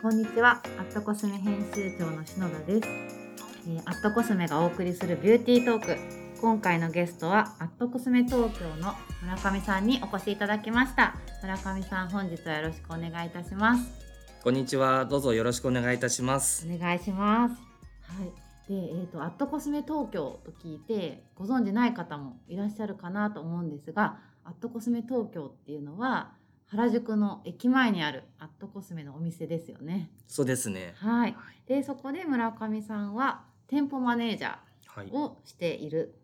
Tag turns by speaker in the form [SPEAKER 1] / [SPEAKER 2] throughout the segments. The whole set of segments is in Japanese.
[SPEAKER 1] こんにちは、アットコスメ編集長の篠田です、えーアットコスメがお送りするビューティートーク。今回のゲストはアットコスメ東京の村上さんにお越しいただきました。村上さん、本日はよろしくお願いいたします。
[SPEAKER 2] こんにちは。どうぞよろしくお願いいたします。
[SPEAKER 1] お願いします。はい。で、えっ、とアットコスメ東京と聞いてご存知ない方もいらっしゃるかなと思うんですが、アットコスメ東京っていうのは原宿の駅前にあるアットコスメのお店ですよね。
[SPEAKER 2] そうですね。
[SPEAKER 1] はい。で、そこで村上さんは店舗マネージャ
[SPEAKER 2] はい
[SPEAKER 1] ー。をしている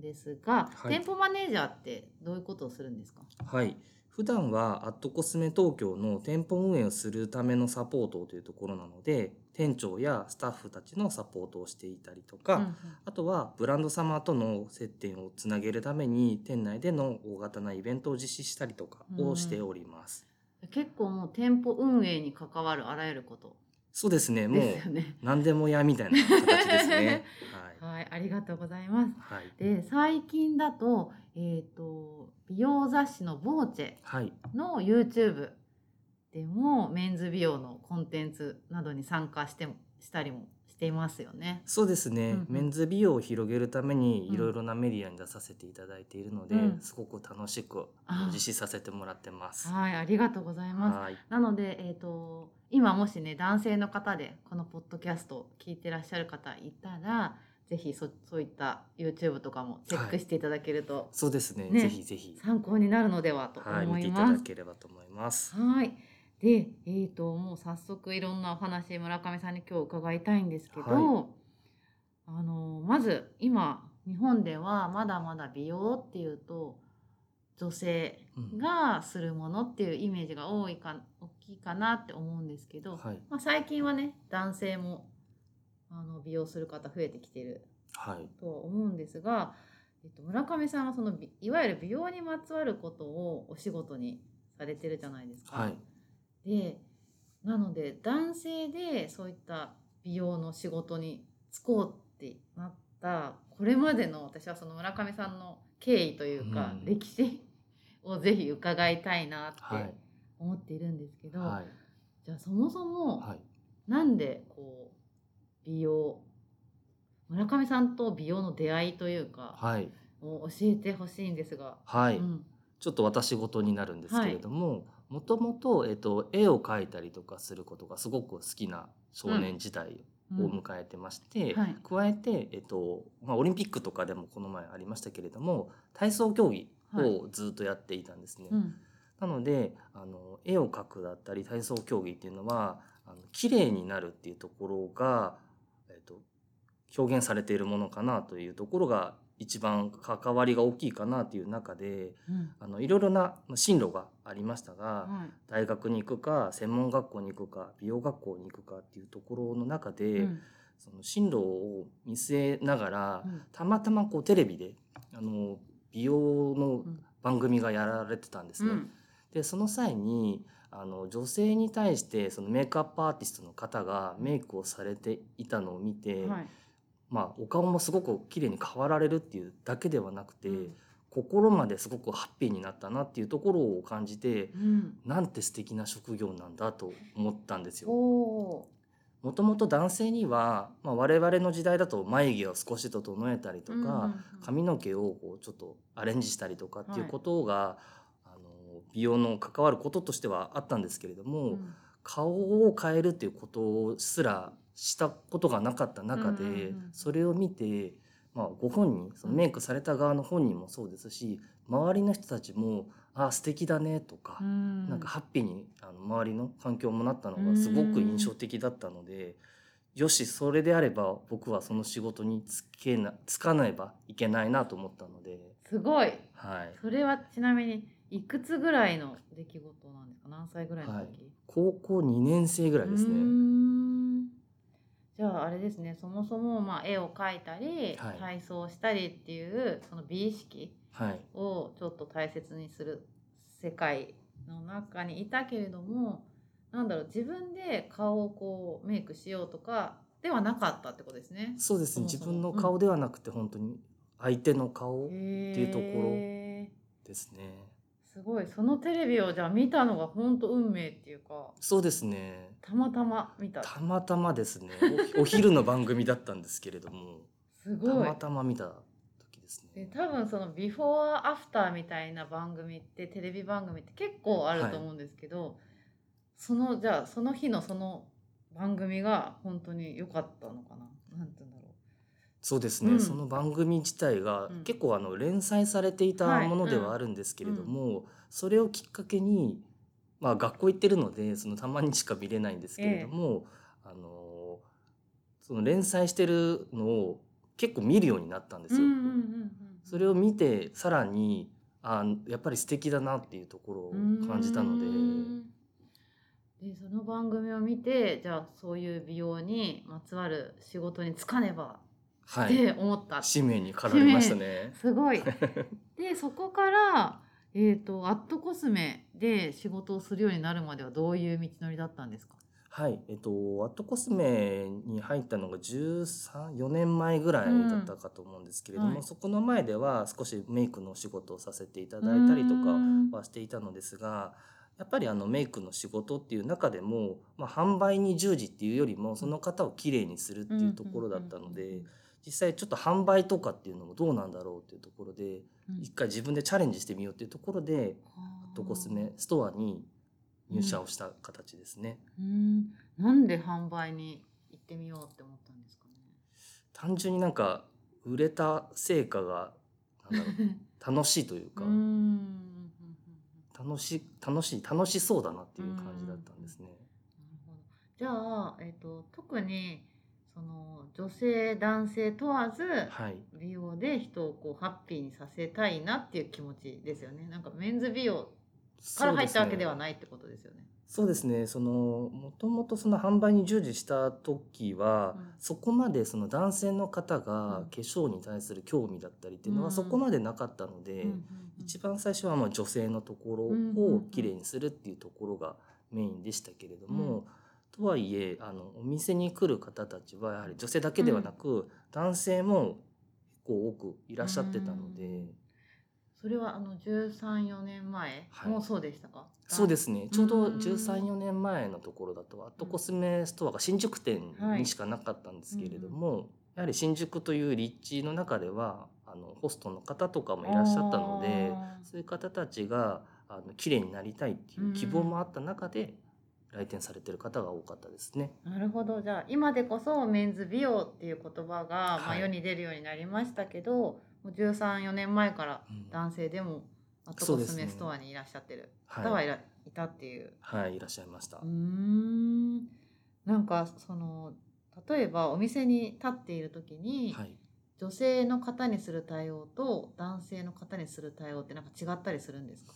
[SPEAKER 1] んですが、
[SPEAKER 2] はい
[SPEAKER 1] 店舗マネージャーってどういうことをするんですか？
[SPEAKER 2] はい。普段はアットコスメ東京の店舗運営をするためのサポートというところなので、店長やスタッフたちのサポートをしていたりとか、
[SPEAKER 1] うんうん
[SPEAKER 2] あとはブランド様との接点をつなげるために店内での大型なイベントを実施したりとかをしております。
[SPEAKER 1] 結構もう店舗運営に関わるあらゆること
[SPEAKER 2] そうですね。もう
[SPEAKER 1] ですよね。
[SPEAKER 2] 何でも屋みたいな形ですね。はい。
[SPEAKER 1] はい、ありがとうございます。
[SPEAKER 2] はい。
[SPEAKER 1] で、最近だと、えっ、と、美容雑誌のボーチェ
[SPEAKER 2] はい。
[SPEAKER 1] の YouTube でも、メンズ美容のコンテンツなどに参加しても、したりもしていますよね。
[SPEAKER 2] そうですね、
[SPEAKER 1] うんうん
[SPEAKER 2] メンズ美容を広げるために
[SPEAKER 1] うん
[SPEAKER 2] いろいろなメディアに出させていただいているので、
[SPEAKER 1] うん
[SPEAKER 2] すごく楽しく
[SPEAKER 1] あー
[SPEAKER 2] 実施させてもらってます。
[SPEAKER 1] はい、ありがとうございます。
[SPEAKER 2] はい、
[SPEAKER 1] なので、えっ、と、今もしね、男性の方で、このポッドキャストを聞いてらっしゃる方いたら、ぜひそ、そういった YouTube とかもチェックしていただけると、
[SPEAKER 2] そうですね
[SPEAKER 1] ね
[SPEAKER 2] ぜひぜひ、
[SPEAKER 1] 参考になるのではと
[SPEAKER 2] はい、
[SPEAKER 1] 思
[SPEAKER 2] 見て
[SPEAKER 1] い
[SPEAKER 2] いた
[SPEAKER 1] ま
[SPEAKER 2] だ
[SPEAKER 1] す。
[SPEAKER 2] ければと思います。
[SPEAKER 1] はい。で、えー、と、もう早速いろんなお話、村上さんに今日伺いたいんですけど、
[SPEAKER 2] は
[SPEAKER 1] あの、まず今、日本ではまだまだ美容っていうと、女性
[SPEAKER 2] うん
[SPEAKER 1] がするものっていうイメージが多いか、大きいかなって思うんですけど、
[SPEAKER 2] はい、
[SPEAKER 1] まあ、最近はね、男性も、あの、美容する方増えてきてる
[SPEAKER 2] はい、
[SPEAKER 1] とは思うんですが、えっと、村上さんはそのびいわゆる美容にまつわることをお仕事にされてるじゃないですか。
[SPEAKER 2] はい、
[SPEAKER 1] でなので男性でそういった美容の仕事に就こうってなったこれまでの私はその村上さんの経緯というか、
[SPEAKER 2] うん
[SPEAKER 1] 歴史をぜひ伺いたいなっ
[SPEAKER 2] は
[SPEAKER 1] て
[SPEAKER 2] い、
[SPEAKER 1] 思っているんですけど、
[SPEAKER 2] はい、
[SPEAKER 1] じゃあそもそも
[SPEAKER 2] はい、
[SPEAKER 1] なんでこう美容村上さんと美容の出会いというか
[SPEAKER 2] はい、
[SPEAKER 1] を教えてほしいんですが。
[SPEAKER 2] はい、
[SPEAKER 1] うん
[SPEAKER 2] ちょっと私事になるんですけれども、もともとえっと絵を描いたりとかすることがすごく好きな少年時代
[SPEAKER 1] うん
[SPEAKER 2] を迎えてまして、
[SPEAKER 1] はい
[SPEAKER 2] 加えて、えっとまあ、オリンピックとかでもこの前ありましたけれども体操競技をずっとやっていたんですね。
[SPEAKER 1] うん
[SPEAKER 2] なのであの絵を描くだったり体操競技っていうのはあの綺麗になるっていうところが、えっと、表現されているものかなというところが一番関わりが大きいかなという中で
[SPEAKER 1] うん
[SPEAKER 2] あのいろいろなまあ進路がありましたが、
[SPEAKER 1] はい
[SPEAKER 2] 大学に行くか専門学校に行くか美容学校に行くかっていうところの中で。
[SPEAKER 1] うん
[SPEAKER 2] その進路を見据えながら、
[SPEAKER 1] うん
[SPEAKER 2] たまたまこうテレビであの美容の
[SPEAKER 1] うん
[SPEAKER 2] 番組がやられてたんですね。
[SPEAKER 1] うん
[SPEAKER 2] でその際にあの女性に対してそのメイクアップアーティストの方がメイクをされていたのを見て、
[SPEAKER 1] はい
[SPEAKER 2] まあ、お顔もすごく綺麗に変わられるっていうだけではなくて、
[SPEAKER 1] うん
[SPEAKER 2] 心まですごくハッピーになったなっていうところを感じて、
[SPEAKER 1] うん
[SPEAKER 2] なんて素敵な職業なんだと思ったんですよ。
[SPEAKER 1] おー
[SPEAKER 2] もともと男性には、まあ、我々の時代だと眉毛を少し整えたりとか、
[SPEAKER 1] うんうんうん
[SPEAKER 2] 髪の毛をこうちょっとアレンジしたりとかっていうことが、あの美容の関わることとしてはあったんですけれど
[SPEAKER 1] う
[SPEAKER 2] も、
[SPEAKER 1] ん
[SPEAKER 2] 顔を変えるっていうことすらしたことがなかった中で、
[SPEAKER 1] うんうんうん
[SPEAKER 2] それを見て、まあ、ご本人そのメイクされた側の本人もそうですし周りの人たちも「あ素敵だね」とか、
[SPEAKER 1] うん
[SPEAKER 2] なんかハッピーにあの周りの環境もなったのがすごく印象的だったので、よしそれであれば僕はその仕事につけなつかないばいけないなと思ったので、
[SPEAKER 1] すごい
[SPEAKER 2] はい、
[SPEAKER 1] それはちなみにいくつぐらいの出来事なんですか何歳ぐらいの時、
[SPEAKER 2] はい高校2年生ぐらいで
[SPEAKER 1] う
[SPEAKER 2] す
[SPEAKER 1] ー
[SPEAKER 2] ね。
[SPEAKER 1] んじゃああれですねそもそもまあ絵を描いたり、
[SPEAKER 2] はい
[SPEAKER 1] 体操したりっていうその美意識
[SPEAKER 2] はい、
[SPEAKER 1] をちょっと大切にする世界の中にいたけれどもなんだろう自分で顔をこうメイクしようとかではなかったってことですね。
[SPEAKER 2] そうですね
[SPEAKER 1] そ
[SPEAKER 2] 自
[SPEAKER 1] もそも
[SPEAKER 2] 分の顔ではなくて本当に相手の
[SPEAKER 1] っ
[SPEAKER 2] 顔
[SPEAKER 1] て
[SPEAKER 2] いうところですね。
[SPEAKER 1] すごいそのテレビをじゃあ見たのが本当運命っていうか
[SPEAKER 2] そうですね
[SPEAKER 1] たまたま見た
[SPEAKER 2] たまたまですね おお昼の番組だったんですけれども
[SPEAKER 1] す
[SPEAKER 2] た
[SPEAKER 1] ごい
[SPEAKER 2] またま見た時です
[SPEAKER 1] で
[SPEAKER 2] ね
[SPEAKER 1] 多分そのビフォーアフターみたいな番組ってテレビ番組って結構あると思うんですけど、そのじゃあその日のその番組が本当に良かったのかななんて言うんだろ
[SPEAKER 2] そうですね、
[SPEAKER 1] うん
[SPEAKER 2] その番組自体が
[SPEAKER 1] うん
[SPEAKER 2] 結構あの連載されていた
[SPEAKER 1] はい
[SPEAKER 2] ものではあるんですけれども、それをきっかけに、まあ、学校行ってるのでそのたまにしか見れないんですけれども、あのその連載してるのを結構見るようになったんで
[SPEAKER 1] う
[SPEAKER 2] すよ。
[SPEAKER 1] うんうんうんうん
[SPEAKER 2] それを見てさらにあやっぱり素敵だなっていうところを感じたので。
[SPEAKER 1] うーんでその番組を見てじゃあそういう美容にまつわる仕事に就かねばっ
[SPEAKER 2] はい、
[SPEAKER 1] て思った、
[SPEAKER 2] 使命に駆られましたね。
[SPEAKER 1] すご いでそこからえっ、とアットコスメで仕事をするようになるまではどういう道のりだったんですか
[SPEAKER 2] はい、えっと、アットコスメに入ったのが13、4年前ぐらいだったかと思うんですけれど
[SPEAKER 1] う
[SPEAKER 2] も、
[SPEAKER 1] んはい
[SPEAKER 2] そこの前では少しメイクのお仕事をさせていただいたりと
[SPEAKER 1] うー
[SPEAKER 2] か
[SPEAKER 1] ん
[SPEAKER 2] はしていたのですが、やっぱりあのメイクの仕事っていう中でも、まあ、販売に従事っていうよりも、その方をきれいにするっていうところだったので、実際ちょっと販売とかっていうのもどうなんだろうっていうところで、
[SPEAKER 1] うん
[SPEAKER 2] 一回自分でチャレンジしてみようっていうところで、アットコスメストアに入社をした形ですね。
[SPEAKER 1] うんなんで販売に行ってみようって思ったんですか
[SPEAKER 2] 単純になんか売れた成果がなんだろ
[SPEAKER 1] ね
[SPEAKER 2] う楽しいという
[SPEAKER 1] う
[SPEAKER 2] か
[SPEAKER 1] ーん
[SPEAKER 2] 楽しい楽しい楽しそうだなっていう感じだったんですね。
[SPEAKER 1] なるほどじゃあ、えっと特にその女性男性問わず
[SPEAKER 2] はい、。
[SPEAKER 1] 美容で人をこうハッピーにさせたいなっていう気持ちですよねなんかメンズ美容から入ったわけではいないってことですよね。
[SPEAKER 2] そうですね。そのもともとその販売に従事した時は、
[SPEAKER 1] うん
[SPEAKER 2] そこまでその男性の方
[SPEAKER 1] う
[SPEAKER 2] が
[SPEAKER 1] ん
[SPEAKER 2] 化粧に対する興味だったりっていうの
[SPEAKER 1] う
[SPEAKER 2] は
[SPEAKER 1] ん
[SPEAKER 2] そこまでなかったので、
[SPEAKER 1] うんうんうん
[SPEAKER 2] 一番最初はまあ女性のところ
[SPEAKER 1] うんうんう
[SPEAKER 2] を
[SPEAKER 1] ん
[SPEAKER 2] きれいにするっていうところがメインでしたけれど
[SPEAKER 1] う
[SPEAKER 2] も、とはいえあのお店に来る方たちはやはり女性だけではなく、男性も結構多くいらっしゃってたので、
[SPEAKER 1] うんそれはあの134年前、
[SPEAKER 2] はい
[SPEAKER 1] もうそうでしたか
[SPEAKER 2] そうですすねちょうど
[SPEAKER 1] うん
[SPEAKER 2] 134年前のところだとアットコスメストアが新宿店にしかなかったんですけれども、やはり新宿という立地の中ではあのホストの方とかもいらっしゃったので。そういう方たちがあの綺麗になりたいっていう希望もあった中で来店されてる方が多かったですね。
[SPEAKER 1] なるほどじゃあ今でこそメンズ美容っていう言葉が、ま
[SPEAKER 2] は
[SPEAKER 1] あ、
[SPEAKER 2] い
[SPEAKER 1] 世に出るようになりましたけど134年前から男性でもアット
[SPEAKER 2] そう
[SPEAKER 1] コ
[SPEAKER 2] で
[SPEAKER 1] ス
[SPEAKER 2] すね
[SPEAKER 1] メストアにいらっしゃってる方
[SPEAKER 2] は
[SPEAKER 1] はい
[SPEAKER 2] い、
[SPEAKER 1] ら、い、たっていう。
[SPEAKER 2] はい、いらっしゃいました。
[SPEAKER 1] うーんなんかその例えばお店に立っている時に、
[SPEAKER 2] はい、
[SPEAKER 1] 女性の方にする対応と男性の方にする対応ってなんか違ったりするんですか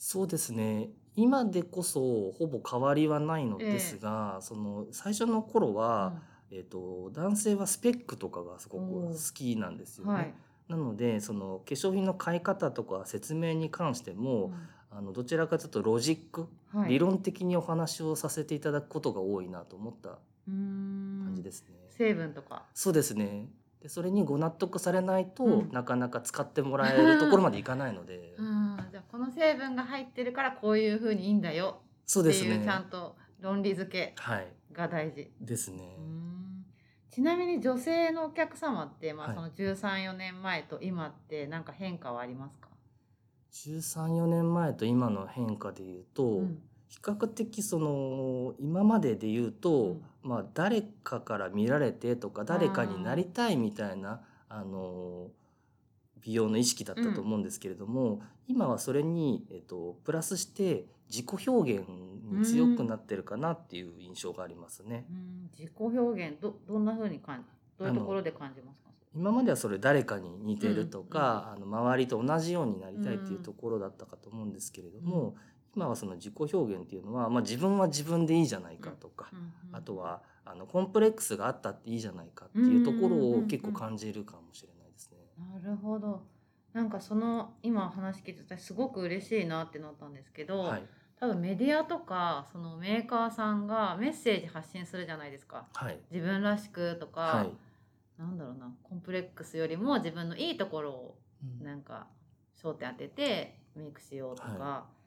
[SPEAKER 2] そうですね。今でこそほぼ変わりはないのですが、その最初の頃は、えっ、と男性はスペックとかがすご
[SPEAKER 1] お
[SPEAKER 2] く
[SPEAKER 1] ー
[SPEAKER 2] 好きなんです
[SPEAKER 1] う
[SPEAKER 2] よ
[SPEAKER 1] ん
[SPEAKER 2] ね。
[SPEAKER 1] はい、
[SPEAKER 2] なのでその化粧品の買い方とか説明に関しても、あのどちらかというとロジック、
[SPEAKER 1] うんはい、
[SPEAKER 2] 理論的にお話をさせていただくことが多いなと思った
[SPEAKER 1] 感
[SPEAKER 2] 感じですね。
[SPEAKER 1] 成分とか
[SPEAKER 2] そうですね。でそれにご納得されないと、
[SPEAKER 1] うん
[SPEAKER 2] なかなか使ってもらえるところまでいかないの で、
[SPEAKER 1] あーじゃあこの成分が入ってるからこういうふうにいいんだよ
[SPEAKER 2] そう
[SPEAKER 1] って
[SPEAKER 2] です
[SPEAKER 1] いう
[SPEAKER 2] ね
[SPEAKER 1] ち。ゃんと論理付け
[SPEAKER 2] はい、
[SPEAKER 1] が大事。
[SPEAKER 2] ですね。
[SPEAKER 1] うんちなみに女性のお客様って、ま
[SPEAKER 2] は
[SPEAKER 1] あ、
[SPEAKER 2] い
[SPEAKER 1] その134年前と今って何か変化はありますか、
[SPEAKER 2] 13、4年前と今の変化で言うと、
[SPEAKER 1] うん
[SPEAKER 2] 比較的その今までで言うと、まあ誰かから見られてとか誰かになりたいみたいなあの美容の意識だったと思うんですけれども、今はそれに、えっと、プラスして自己表現に強くなってるかなっていう印象がありますね。
[SPEAKER 1] うん自己表現どどんなふうに感じどういうところで感じますか
[SPEAKER 2] 今まではそれ誰かに似てるとか、あの周りと同じようになりたいっていうところだったかと思うんですけれど
[SPEAKER 1] う
[SPEAKER 2] も、
[SPEAKER 1] ん
[SPEAKER 2] 今はその自己表現っていうのは、まあ、自分は自分でいいじゃないかとか、あとはあのコンプレックスがあったっていいじゃないかっていうところを結構感じるかもしれないですね。
[SPEAKER 1] なるほどなんかその今お話聞いて私すごく嬉しいなってなったんですけど、
[SPEAKER 2] はい、
[SPEAKER 1] 多分メディアとかそのメーカーさんがメッセージ発信するじゃないですか
[SPEAKER 2] はい、
[SPEAKER 1] 自分らしくとか、
[SPEAKER 2] はい、
[SPEAKER 1] なんだろうなコンプレックスよりも自分のいいところをなんか焦点当ててメイクしようとか、
[SPEAKER 2] は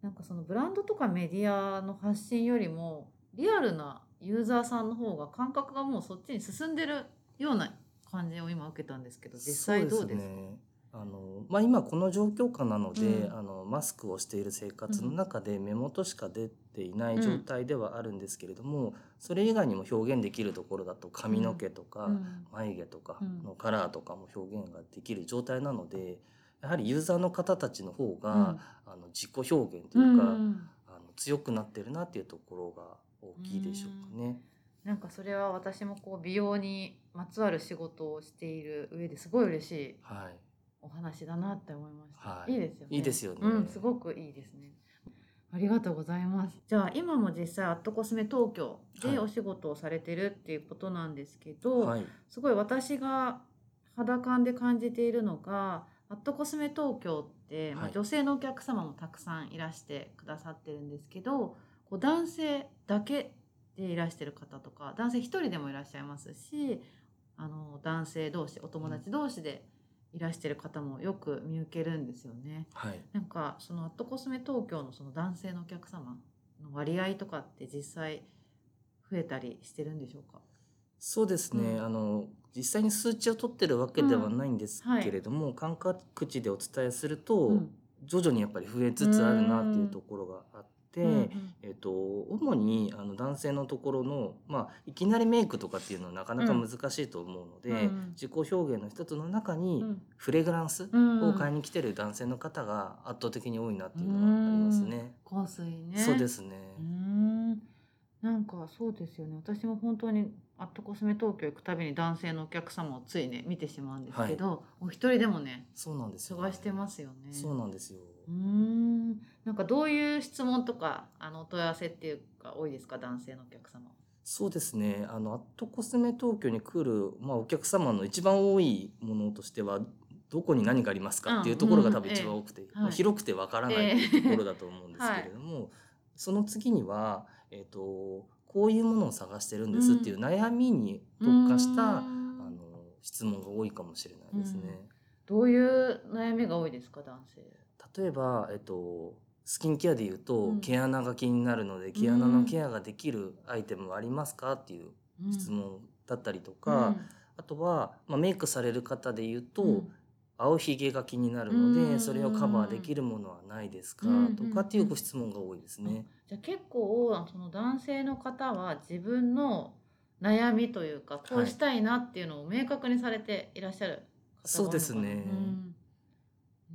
[SPEAKER 1] なんかそのブランドとかメディアの発信よりもリアルなユーザーさんの方が感覚がもうそっちに進んでるような感じを今受けたんですけど実際どうですか
[SPEAKER 2] そうねあのまあ、今この状況下なので、
[SPEAKER 1] うん
[SPEAKER 2] あのマスクをしている生活の中で目元しか出ていない状態ではあるんですけれども、それ以外にも表現できるところだと髪の毛とか、
[SPEAKER 1] うん
[SPEAKER 2] 眉毛とか
[SPEAKER 1] うん
[SPEAKER 2] のカラーとかも表現ができる状態なのでやはりユーザーの方たちの方が、あの自己表現と
[SPEAKER 1] う
[SPEAKER 2] い
[SPEAKER 1] ん
[SPEAKER 2] うか、
[SPEAKER 1] うん
[SPEAKER 2] あの強くなってるなっていうところが大きいでしょうかね。
[SPEAKER 1] なんかそれは私もこう美容にまつわる仕事をしている上ですごい嬉しい
[SPEAKER 2] はい、
[SPEAKER 1] お話だなって思いました。
[SPEAKER 2] はい
[SPEAKER 1] いですよね。
[SPEAKER 2] いいですよね
[SPEAKER 1] うん、すごくいいですね。ありがとうございます。じゃあ今も実際アットコスメ東京
[SPEAKER 2] は
[SPEAKER 1] で
[SPEAKER 2] い
[SPEAKER 1] お仕事をされてるっていうことなんですけど、
[SPEAKER 2] はい、
[SPEAKER 1] すごい私が肌感で感じているのがアットコスメ東京って、まあ
[SPEAKER 2] はい
[SPEAKER 1] 女性のお客様もたくさんいらしてくださってるんですけどこう男性だけでいらしてる方とか男性一人でもいらっしゃいますしあの男性同士お友達同士でいらしてる方もよく見受けるんですよね。
[SPEAKER 2] はい
[SPEAKER 1] なんかそのアットコスメ東京のその男性のお客様の割合とかって実際増えたりしてるんでしょうか
[SPEAKER 2] そうですね、
[SPEAKER 1] うん
[SPEAKER 2] あの実際に数値を取ってるわけではないんです
[SPEAKER 1] うんはい
[SPEAKER 2] けれども、感覚値でお伝えすると、
[SPEAKER 1] うん
[SPEAKER 2] 徐々にやっぱり増えつつあるなっていうところがあって。
[SPEAKER 1] うんうん
[SPEAKER 2] えっと、主にあの男性のところの、まあ、いきなりメイクとかっていうのはなかなか
[SPEAKER 1] うん
[SPEAKER 2] 難しいと思うので、
[SPEAKER 1] うんうん
[SPEAKER 2] 自己表現の一つの中に、
[SPEAKER 1] うん
[SPEAKER 2] フレグランス
[SPEAKER 1] うん
[SPEAKER 2] を買いに来てる男性の方が圧倒的に多いなっていうのはありますね。
[SPEAKER 1] 香水ね
[SPEAKER 2] そうですすね、
[SPEAKER 1] んなんかそうですよね私も本当にアットコスメ東京行くたびに男性のお客様をついね見てしまうんですけど、お一人でもね
[SPEAKER 2] そうなんですよ、
[SPEAKER 1] 探してますよね
[SPEAKER 2] そうなんですよ。
[SPEAKER 1] うーんなんかどういう質問とかあのお問い合わせっていうか多いですか男性のお客様
[SPEAKER 2] そうですね。あのアットコスメ東京に来るまあお客様の一番多いものとしては。どこに何がありますかっていうところが多分一番多くて、
[SPEAKER 1] ええ
[SPEAKER 2] まあ広くてわからないっていうところだと思うんですけれ ども、その次には、えっとこういうものを探してるんですっていう悩みに特化した、
[SPEAKER 1] うー
[SPEAKER 2] あ
[SPEAKER 1] ん
[SPEAKER 2] の質問が多いかもしれないですね。
[SPEAKER 1] うんどういう悩みが多いですか男性
[SPEAKER 2] 例えば、えっと、スキンケアで言うと、
[SPEAKER 1] うん
[SPEAKER 2] 毛穴が気になるので毛穴のケアができるアイテムはありますかっていう質問だったりとか、あとは、まあ、メイクされる方で言うと、青ひげが気になるので、
[SPEAKER 1] うん
[SPEAKER 2] それをカバーできるものはないですか、
[SPEAKER 1] うん
[SPEAKER 2] とかっていうご質問が多いですね。
[SPEAKER 1] じゃあ結構その男性の方は自分の悩みというかこうしたいなっていうのを明確にされていらっしゃる方が多いのかな
[SPEAKER 2] そうですね
[SPEAKER 1] ん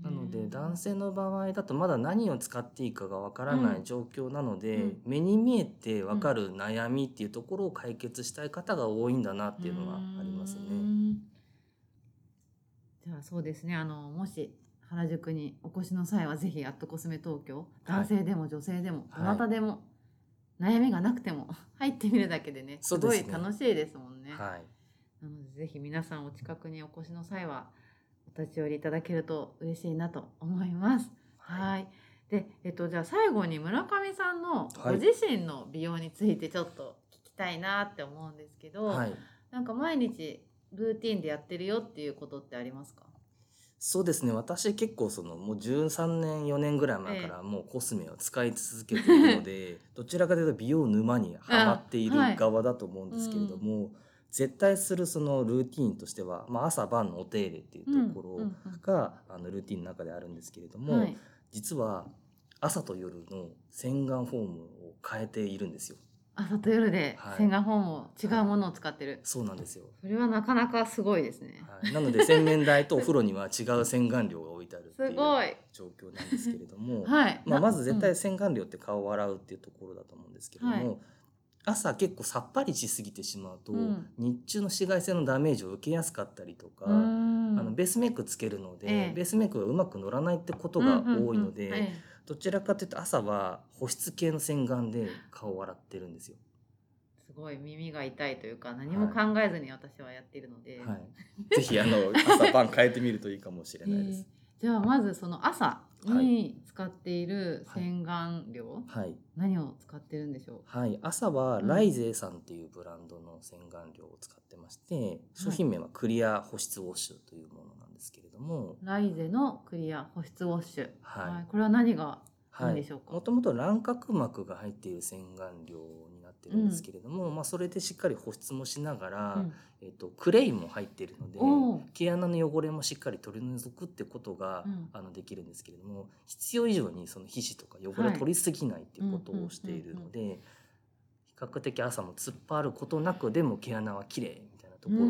[SPEAKER 2] なの
[SPEAKER 1] う
[SPEAKER 2] で
[SPEAKER 1] ん
[SPEAKER 2] 男性の場合だとまだ何を使っていいかがわからな
[SPEAKER 1] う
[SPEAKER 2] い
[SPEAKER 1] ん
[SPEAKER 2] 状況なので、
[SPEAKER 1] うん
[SPEAKER 2] 目に見えてわかる悩みっていうところを解決したい方が多いんだなっていうのはありますね。
[SPEAKER 1] うんじゃあそうですねあのもし原宿にお越しの際はぜひアットコスメ東京男性でも女性でも、
[SPEAKER 2] は
[SPEAKER 1] ど
[SPEAKER 2] い
[SPEAKER 1] なたでも、悩みがなくても 入ってみるだけでねす
[SPEAKER 2] そうで
[SPEAKER 1] ご
[SPEAKER 2] すね
[SPEAKER 1] い楽しいですもんね。
[SPEAKER 2] はい
[SPEAKER 1] なのでぜひ皆さんお近くにお越しの際はお立ち寄りいただけると嬉しいなと思います。はい。で、えっとじゃあ最後に村上さんの
[SPEAKER 2] は
[SPEAKER 1] ご
[SPEAKER 2] い
[SPEAKER 1] 自身の美容についてちょっと聞きたいなって思うんですけど、
[SPEAKER 2] はい、
[SPEAKER 1] なんか毎日ルーティンでやってるよっていうことってありますか？
[SPEAKER 2] そうですね私結構そのもう13年4年ぐらい前からもうコスメを使い続けているので、 どちらかというと美容沼にはまっている
[SPEAKER 1] あはい
[SPEAKER 2] 側だと思うんですけれども、絶対するそのルーティンとしては、まあ、朝晩のお手入れっていうところが、あのルーティンの中であるんですけれども、
[SPEAKER 1] はい、
[SPEAKER 2] 実は朝と夜の洗顔フォームを変えているんですよ。
[SPEAKER 1] 朝と夜で
[SPEAKER 2] はい
[SPEAKER 1] 洗顔フォームを違うものを使ってる。
[SPEAKER 2] そうなんですよ
[SPEAKER 1] それはなかなかすごいですね。
[SPEAKER 2] はい、なので洗面台とお風呂には違う洗顔料が置いてあるってい
[SPEAKER 1] す
[SPEAKER 2] う
[SPEAKER 1] ごい。
[SPEAKER 2] 状況なんですけれど も、
[SPEAKER 1] はい。
[SPEAKER 2] まあ、
[SPEAKER 1] な
[SPEAKER 2] まず絶対
[SPEAKER 1] うん
[SPEAKER 2] 洗顔料って顔を洗うっていうところだと思うんですけれども、
[SPEAKER 1] はい
[SPEAKER 2] 朝結構さっぱりしすぎてしまうと、
[SPEAKER 1] うん
[SPEAKER 2] 日中の紫外線のダメージを受けやすかったりとか、
[SPEAKER 1] うん
[SPEAKER 2] あのベースメイクつけるので、
[SPEAKER 1] ええ
[SPEAKER 2] ベースメイクがうまく乗らないってことが多いので、
[SPEAKER 1] うんうんうんええ
[SPEAKER 2] どちらかというと朝は保湿系の洗顔で顔を洗ってるんですよ。
[SPEAKER 1] すごい耳が痛いというか何も考えずに私はやっているので、
[SPEAKER 2] はい、ぜひあの朝晩変えてみるといいかもしれ
[SPEAKER 1] え
[SPEAKER 2] ないです
[SPEAKER 1] ー。じゃあまずその朝に使っている洗顔料、
[SPEAKER 2] はい、
[SPEAKER 1] 何を使ってるんでしょ
[SPEAKER 2] はい、朝はライゼーさんっていうブランドの洗顔料を使ってまして、商品名はクリア保湿ウォッシュというものなんですけれども
[SPEAKER 1] うライゼのクリア保湿ウォッシュ、
[SPEAKER 2] はい
[SPEAKER 1] これは何がい
[SPEAKER 2] はい
[SPEAKER 1] ん
[SPEAKER 2] い
[SPEAKER 1] でしょうか
[SPEAKER 2] もともと卵殻膜が入っている洗顔料になってるんですけれども、まあ、それでしっかり保湿もしながら、
[SPEAKER 1] うん
[SPEAKER 2] えっと、クレイも入っているので
[SPEAKER 1] おう
[SPEAKER 2] 毛穴の汚れもしっかり取り除くってことが、
[SPEAKER 1] うん
[SPEAKER 2] あのできるんですけれども必要以上にその皮脂とか汚れを取りすぎないっていうことをしているので、比較的朝も突っ張ることなくでも毛穴は綺麗みたいなところ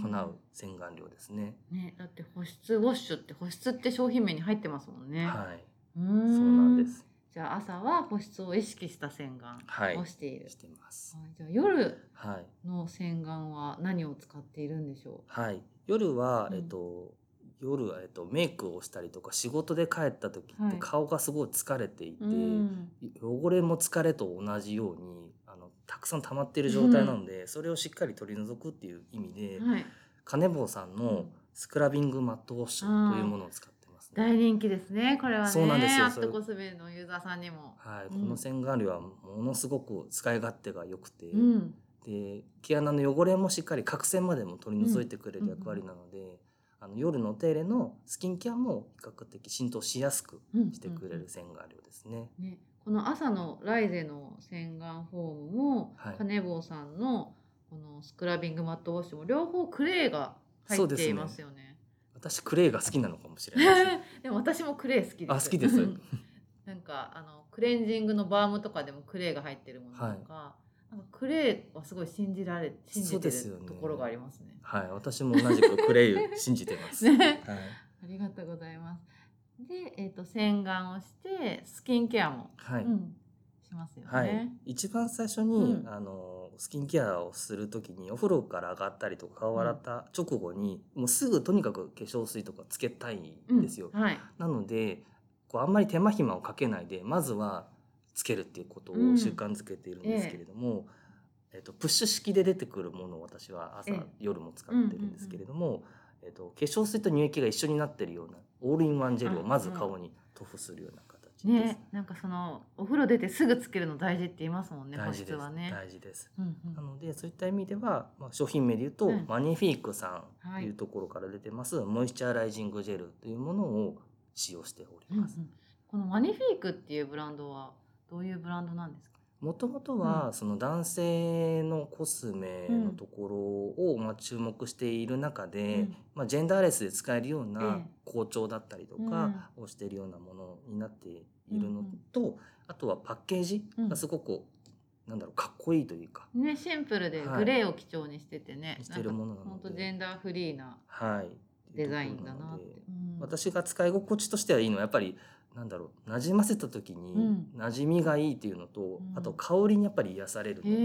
[SPEAKER 2] が叶う洗顔料ですね。
[SPEAKER 1] うんね、だって保湿ウォッシュって保湿って商品名に入ってますもんね、
[SPEAKER 2] はい、
[SPEAKER 1] うー
[SPEAKER 2] そ
[SPEAKER 1] ん
[SPEAKER 2] うなんです。
[SPEAKER 1] じゃあ朝は保湿を意識した洗顔
[SPEAKER 2] はい
[SPEAKER 1] を、している、
[SPEAKER 2] してます。
[SPEAKER 1] はいじゃあ夜
[SPEAKER 2] はい、
[SPEAKER 1] の洗顔は何を使っているんでしょ
[SPEAKER 2] はい、夜は、
[SPEAKER 1] うん
[SPEAKER 2] えっと夜えっとメイクをしたりとか仕事で帰った時っ
[SPEAKER 1] は
[SPEAKER 2] て
[SPEAKER 1] い
[SPEAKER 2] 顔がすごい疲れていて、
[SPEAKER 1] う、うん
[SPEAKER 2] 汚れも疲れと同じようにあのたくさん溜まってる状態なので、それをしっかり取り除くっていう意味で、
[SPEAKER 1] はい、
[SPEAKER 2] 金坊さん
[SPEAKER 1] うん
[SPEAKER 2] のスクラビングマットウォッシュというものを使ってますね。
[SPEAKER 1] 大人気ですねこれはね
[SPEAKER 2] そうなんですよ
[SPEAKER 1] アッ
[SPEAKER 2] それ
[SPEAKER 1] トコスメのユーザーさんにも、
[SPEAKER 2] はい、
[SPEAKER 1] うん
[SPEAKER 2] この洗顔料はものすごく使い勝手が良くて、
[SPEAKER 1] うん
[SPEAKER 2] で毛穴の汚れもしっかり角栓までも取り除いてくれる役割なので、あの夜のお手入れのスキンケアも比較的浸透しやすく
[SPEAKER 1] うん、
[SPEAKER 2] してくれる洗顔料ですね。
[SPEAKER 1] ね、この朝のライゼの洗顔フォームも、
[SPEAKER 2] はい
[SPEAKER 1] カネボウさんのこのスクラビングマットウォッシュも両方クレーが入
[SPEAKER 2] そ
[SPEAKER 1] っ
[SPEAKER 2] うで
[SPEAKER 1] て
[SPEAKER 2] すね
[SPEAKER 1] いますよね。
[SPEAKER 2] 私クレイが好きなのかもしれない ですね。
[SPEAKER 1] でも私もクレー好きです。
[SPEAKER 2] あ好きです
[SPEAKER 1] うん なんかあのクレンジングのバームとかでもクレーが入ってるものとか、なんかクレーはすごい信じられ信じ
[SPEAKER 2] そう
[SPEAKER 1] て
[SPEAKER 2] ですよ
[SPEAKER 1] る
[SPEAKER 2] ね
[SPEAKER 1] ところがありますね。
[SPEAKER 2] はい、私も同じくクレイ信じて ます。はい、
[SPEAKER 1] ねありがとうございます。で、えっ、と洗顔をしてスキンケアも、
[SPEAKER 2] はい、
[SPEAKER 1] うんしますよね。
[SPEAKER 2] はい、一番最初に、
[SPEAKER 1] うん
[SPEAKER 2] あのスキンケアをする時にお風呂から上がったりとか顔を洗った直後に、もうすぐとにかく化粧水とかつけたい
[SPEAKER 1] うん
[SPEAKER 2] んですよ。
[SPEAKER 1] はい。
[SPEAKER 2] なのでこうあんまり手間暇をかけないでまずはつけるっていうことを
[SPEAKER 1] うん
[SPEAKER 2] 習慣づけているんですけれども、えっとプッシュ式で出てくるものを私は朝、
[SPEAKER 1] ええ
[SPEAKER 2] 夜も使ってるんですけれども、えっと化粧水と乳液が一緒になってるようなオールインワンジェルをまず顔に塗布するような形です。
[SPEAKER 1] ね、なんかそのお風呂出てすぐつけるの大事って言いますもんね、保
[SPEAKER 2] 大事
[SPEAKER 1] 湿
[SPEAKER 2] です、
[SPEAKER 1] はね。
[SPEAKER 2] 大事です。
[SPEAKER 1] うんう
[SPEAKER 2] なんのでそういった意味では、まあ、商品名で言うと、
[SPEAKER 1] うん
[SPEAKER 2] マニフィークさん
[SPEAKER 1] は
[SPEAKER 2] と
[SPEAKER 1] い
[SPEAKER 2] いうところから出てます、モイスチャーライジングジェルというものを使用してお
[SPEAKER 1] う
[SPEAKER 2] り
[SPEAKER 1] んう
[SPEAKER 2] ます。
[SPEAKER 1] んこのマニフィークっていうブランドはどういうブランドなんですか。
[SPEAKER 2] もともと
[SPEAKER 1] う
[SPEAKER 2] はその男性のコスメのところをまあ注目している中で、
[SPEAKER 1] うん
[SPEAKER 2] まあ、ジェンダーレスで使えるような
[SPEAKER 1] ええ
[SPEAKER 2] 包丁だったりとかをしているようなものになっているのと、あとはパッケージがすごく、なんだろうかっこいいというか、
[SPEAKER 1] ね、シンプルで
[SPEAKER 2] はい
[SPEAKER 1] グレーを基調にしててね、
[SPEAKER 2] してるものな
[SPEAKER 1] 本
[SPEAKER 2] の
[SPEAKER 1] 当ジ
[SPEAKER 2] で
[SPEAKER 1] ェンダーフリーな
[SPEAKER 2] はい、
[SPEAKER 1] デザインだなっ
[SPEAKER 2] と
[SPEAKER 1] て
[SPEAKER 2] いうところので。
[SPEAKER 1] うん
[SPEAKER 2] 私が使い心地としてはいいのはやっぱりなんだろう馴染ませた時に
[SPEAKER 1] う
[SPEAKER 2] 馴染みがいいっていうのと、
[SPEAKER 1] ん
[SPEAKER 2] あと香りにやっぱり癒されるの
[SPEAKER 1] へ
[SPEAKER 2] で。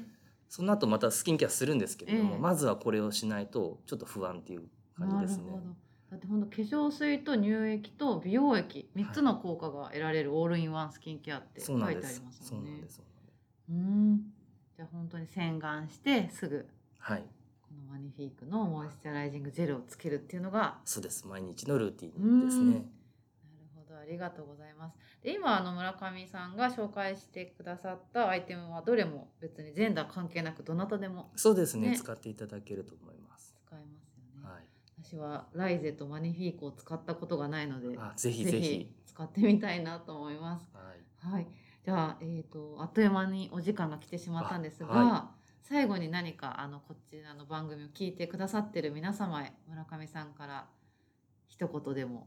[SPEAKER 1] え、
[SPEAKER 2] その後またスキンケアするんですけれども、
[SPEAKER 1] ええ
[SPEAKER 2] まずはこれをしないとちょっと不安っていう感
[SPEAKER 1] な
[SPEAKER 2] じ
[SPEAKER 1] る
[SPEAKER 2] です
[SPEAKER 1] ほ
[SPEAKER 2] ね。
[SPEAKER 1] ど。だって本当化粧水と乳液と美容液三つの効果が得られるオールインワンスキンケアって
[SPEAKER 2] そ
[SPEAKER 1] 書
[SPEAKER 2] う
[SPEAKER 1] いて
[SPEAKER 2] な
[SPEAKER 1] あ
[SPEAKER 2] ん
[SPEAKER 1] り
[SPEAKER 2] で
[SPEAKER 1] ます
[SPEAKER 2] す。そ
[SPEAKER 1] も
[SPEAKER 2] うんなん
[SPEAKER 1] ね
[SPEAKER 2] で。す。そうなんです
[SPEAKER 1] うん。じゃあ本当に洗顔してすぐ
[SPEAKER 2] はい、
[SPEAKER 1] このマニフィークのモイスチャライジングジェルをつけるっていうのが
[SPEAKER 2] そうです。毎日のルーティンですね。
[SPEAKER 1] なるほどありがとうございますで今あの村上さんが紹介してくださったアイテムはどれも別にジェンダー関係なくどなたでも
[SPEAKER 2] そうですね
[SPEAKER 1] ね
[SPEAKER 2] 使っていただけると思います。
[SPEAKER 1] 使えますよね、
[SPEAKER 2] はい。
[SPEAKER 1] 私はライゼとマニフィークを使ったことがないので
[SPEAKER 2] あ、ぜひぜひ。
[SPEAKER 1] 使ってみたいなと思います
[SPEAKER 2] はい。
[SPEAKER 1] はいじゃあえっ、とあっという間にお時間が来てしまったんですが、
[SPEAKER 2] あは
[SPEAKER 1] 最後に何かあのこちらの番組を聞いてくださってる皆様へ村上さんから一言でも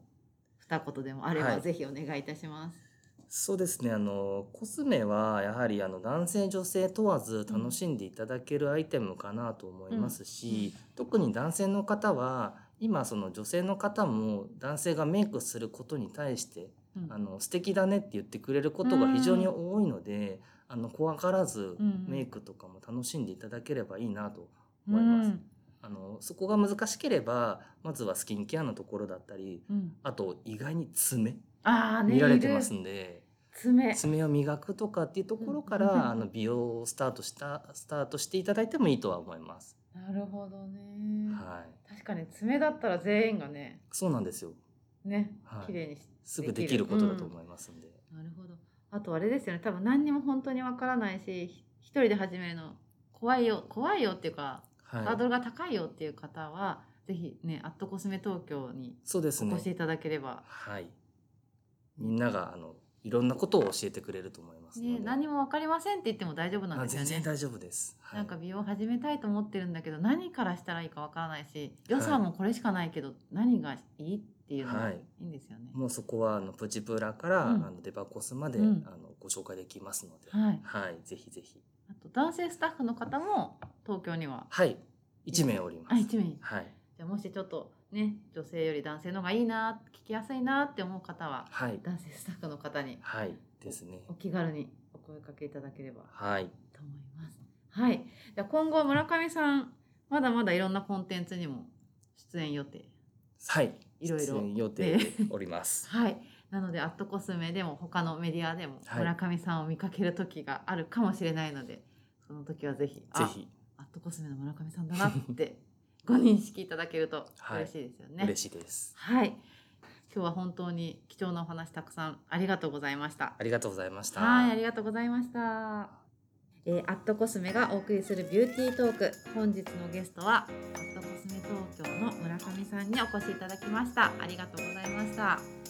[SPEAKER 1] 二言でもあれば、
[SPEAKER 2] はい
[SPEAKER 1] ぜひお願いいたします。
[SPEAKER 2] そうですね。あのコスメはやはりあの男性女性問わず楽しんでいただけるアイテムかなと思いますし、特に男性の方は今その女性の方も男性がメイクすることに対して
[SPEAKER 1] うん
[SPEAKER 2] あの素敵だねって言ってくれることが非常に多いので、あの怖がらず
[SPEAKER 1] うん
[SPEAKER 2] メイクとかも楽しんでいただければいいなと、思います
[SPEAKER 1] うん
[SPEAKER 2] あのそこが難しければまずはスキンケアのところだったり
[SPEAKER 1] うん
[SPEAKER 2] あと意外に爪
[SPEAKER 1] ああ、ネイ
[SPEAKER 2] 見
[SPEAKER 1] ル
[SPEAKER 2] られてますんで
[SPEAKER 1] 爪。
[SPEAKER 2] 爪を磨くとかっていうところか
[SPEAKER 1] うん
[SPEAKER 2] らあの美容をスタートしたスタートしていただいてもいいとは思います。
[SPEAKER 1] なるほどね。
[SPEAKER 2] はい
[SPEAKER 1] 確かに爪だったら全員がね、
[SPEAKER 2] そうなんですよ。
[SPEAKER 1] ね
[SPEAKER 2] はい
[SPEAKER 1] 綺麗にし
[SPEAKER 2] すぐできることだと思いますんで、
[SPEAKER 1] なるほどあとあれですよね多分何にも本当にわからないしひ一人で始めるの怖いよ怖いよっていうかハー
[SPEAKER 2] は
[SPEAKER 1] ド
[SPEAKER 2] い
[SPEAKER 1] ルが高いよっていう方はぜひねアットコスメ東京に
[SPEAKER 2] そうです
[SPEAKER 1] お
[SPEAKER 2] ね
[SPEAKER 1] 越しいただければ、
[SPEAKER 2] はいみんながあのいろんなことを教えてくれると思いますので、
[SPEAKER 1] ね、何もわかりませんって言っても大丈夫なん
[SPEAKER 2] あ
[SPEAKER 1] ですよ
[SPEAKER 2] 全然
[SPEAKER 1] ね。
[SPEAKER 2] 大丈夫です、はい
[SPEAKER 1] なんか美容始めたいと思ってるんだけど何からしたらいいかわからないし予算もこれしかないけど何がいいっていうのが
[SPEAKER 2] はい
[SPEAKER 1] いいんですよね。
[SPEAKER 2] もうそこはあのプチプラから、
[SPEAKER 1] うん
[SPEAKER 2] あのデバコスまで、
[SPEAKER 1] うん
[SPEAKER 2] あのご紹介できますので、
[SPEAKER 1] はい、
[SPEAKER 2] はい、ぜひぜひ。
[SPEAKER 1] あと男性スタッフの方も東京には
[SPEAKER 2] はい、一名おります。
[SPEAKER 1] あ一名
[SPEAKER 2] はい、
[SPEAKER 1] じゃあもしちょっとね女性より男性の方がいいな聞きやすいなって思う方は
[SPEAKER 2] はい、
[SPEAKER 1] 男性スタッフの方に
[SPEAKER 2] はい、ですね。
[SPEAKER 1] お気軽にお声かけいただければ
[SPEAKER 2] はい、
[SPEAKER 1] と思います。はい、じゃあ今後村上さんまだまだいろんなコンテンツにも出演予定
[SPEAKER 2] はい、
[SPEAKER 1] いろいろ
[SPEAKER 2] 出演予定でおります。
[SPEAKER 1] はい。なので、アットコスメでも他のメディアでも
[SPEAKER 2] はい
[SPEAKER 1] 村上さんを見かける時があるかもしれないので、その時はぜひ、
[SPEAKER 2] ぜ
[SPEAKER 1] あ
[SPEAKER 2] ひ、
[SPEAKER 1] アットコスメの村上さんだなってご認識いただけると
[SPEAKER 2] はい
[SPEAKER 1] 嬉しいですよね。はい、
[SPEAKER 2] 嬉しいです。
[SPEAKER 1] 今日は本当に貴重なお話たくさんありがとうございました。
[SPEAKER 2] ありがとうございました。
[SPEAKER 1] はい、ありがとうございました。えー、アットコスメがお送りするビューティートーク本日のゲストはアットコスメ東京の村上さんにお越しいただきましたありがとうございました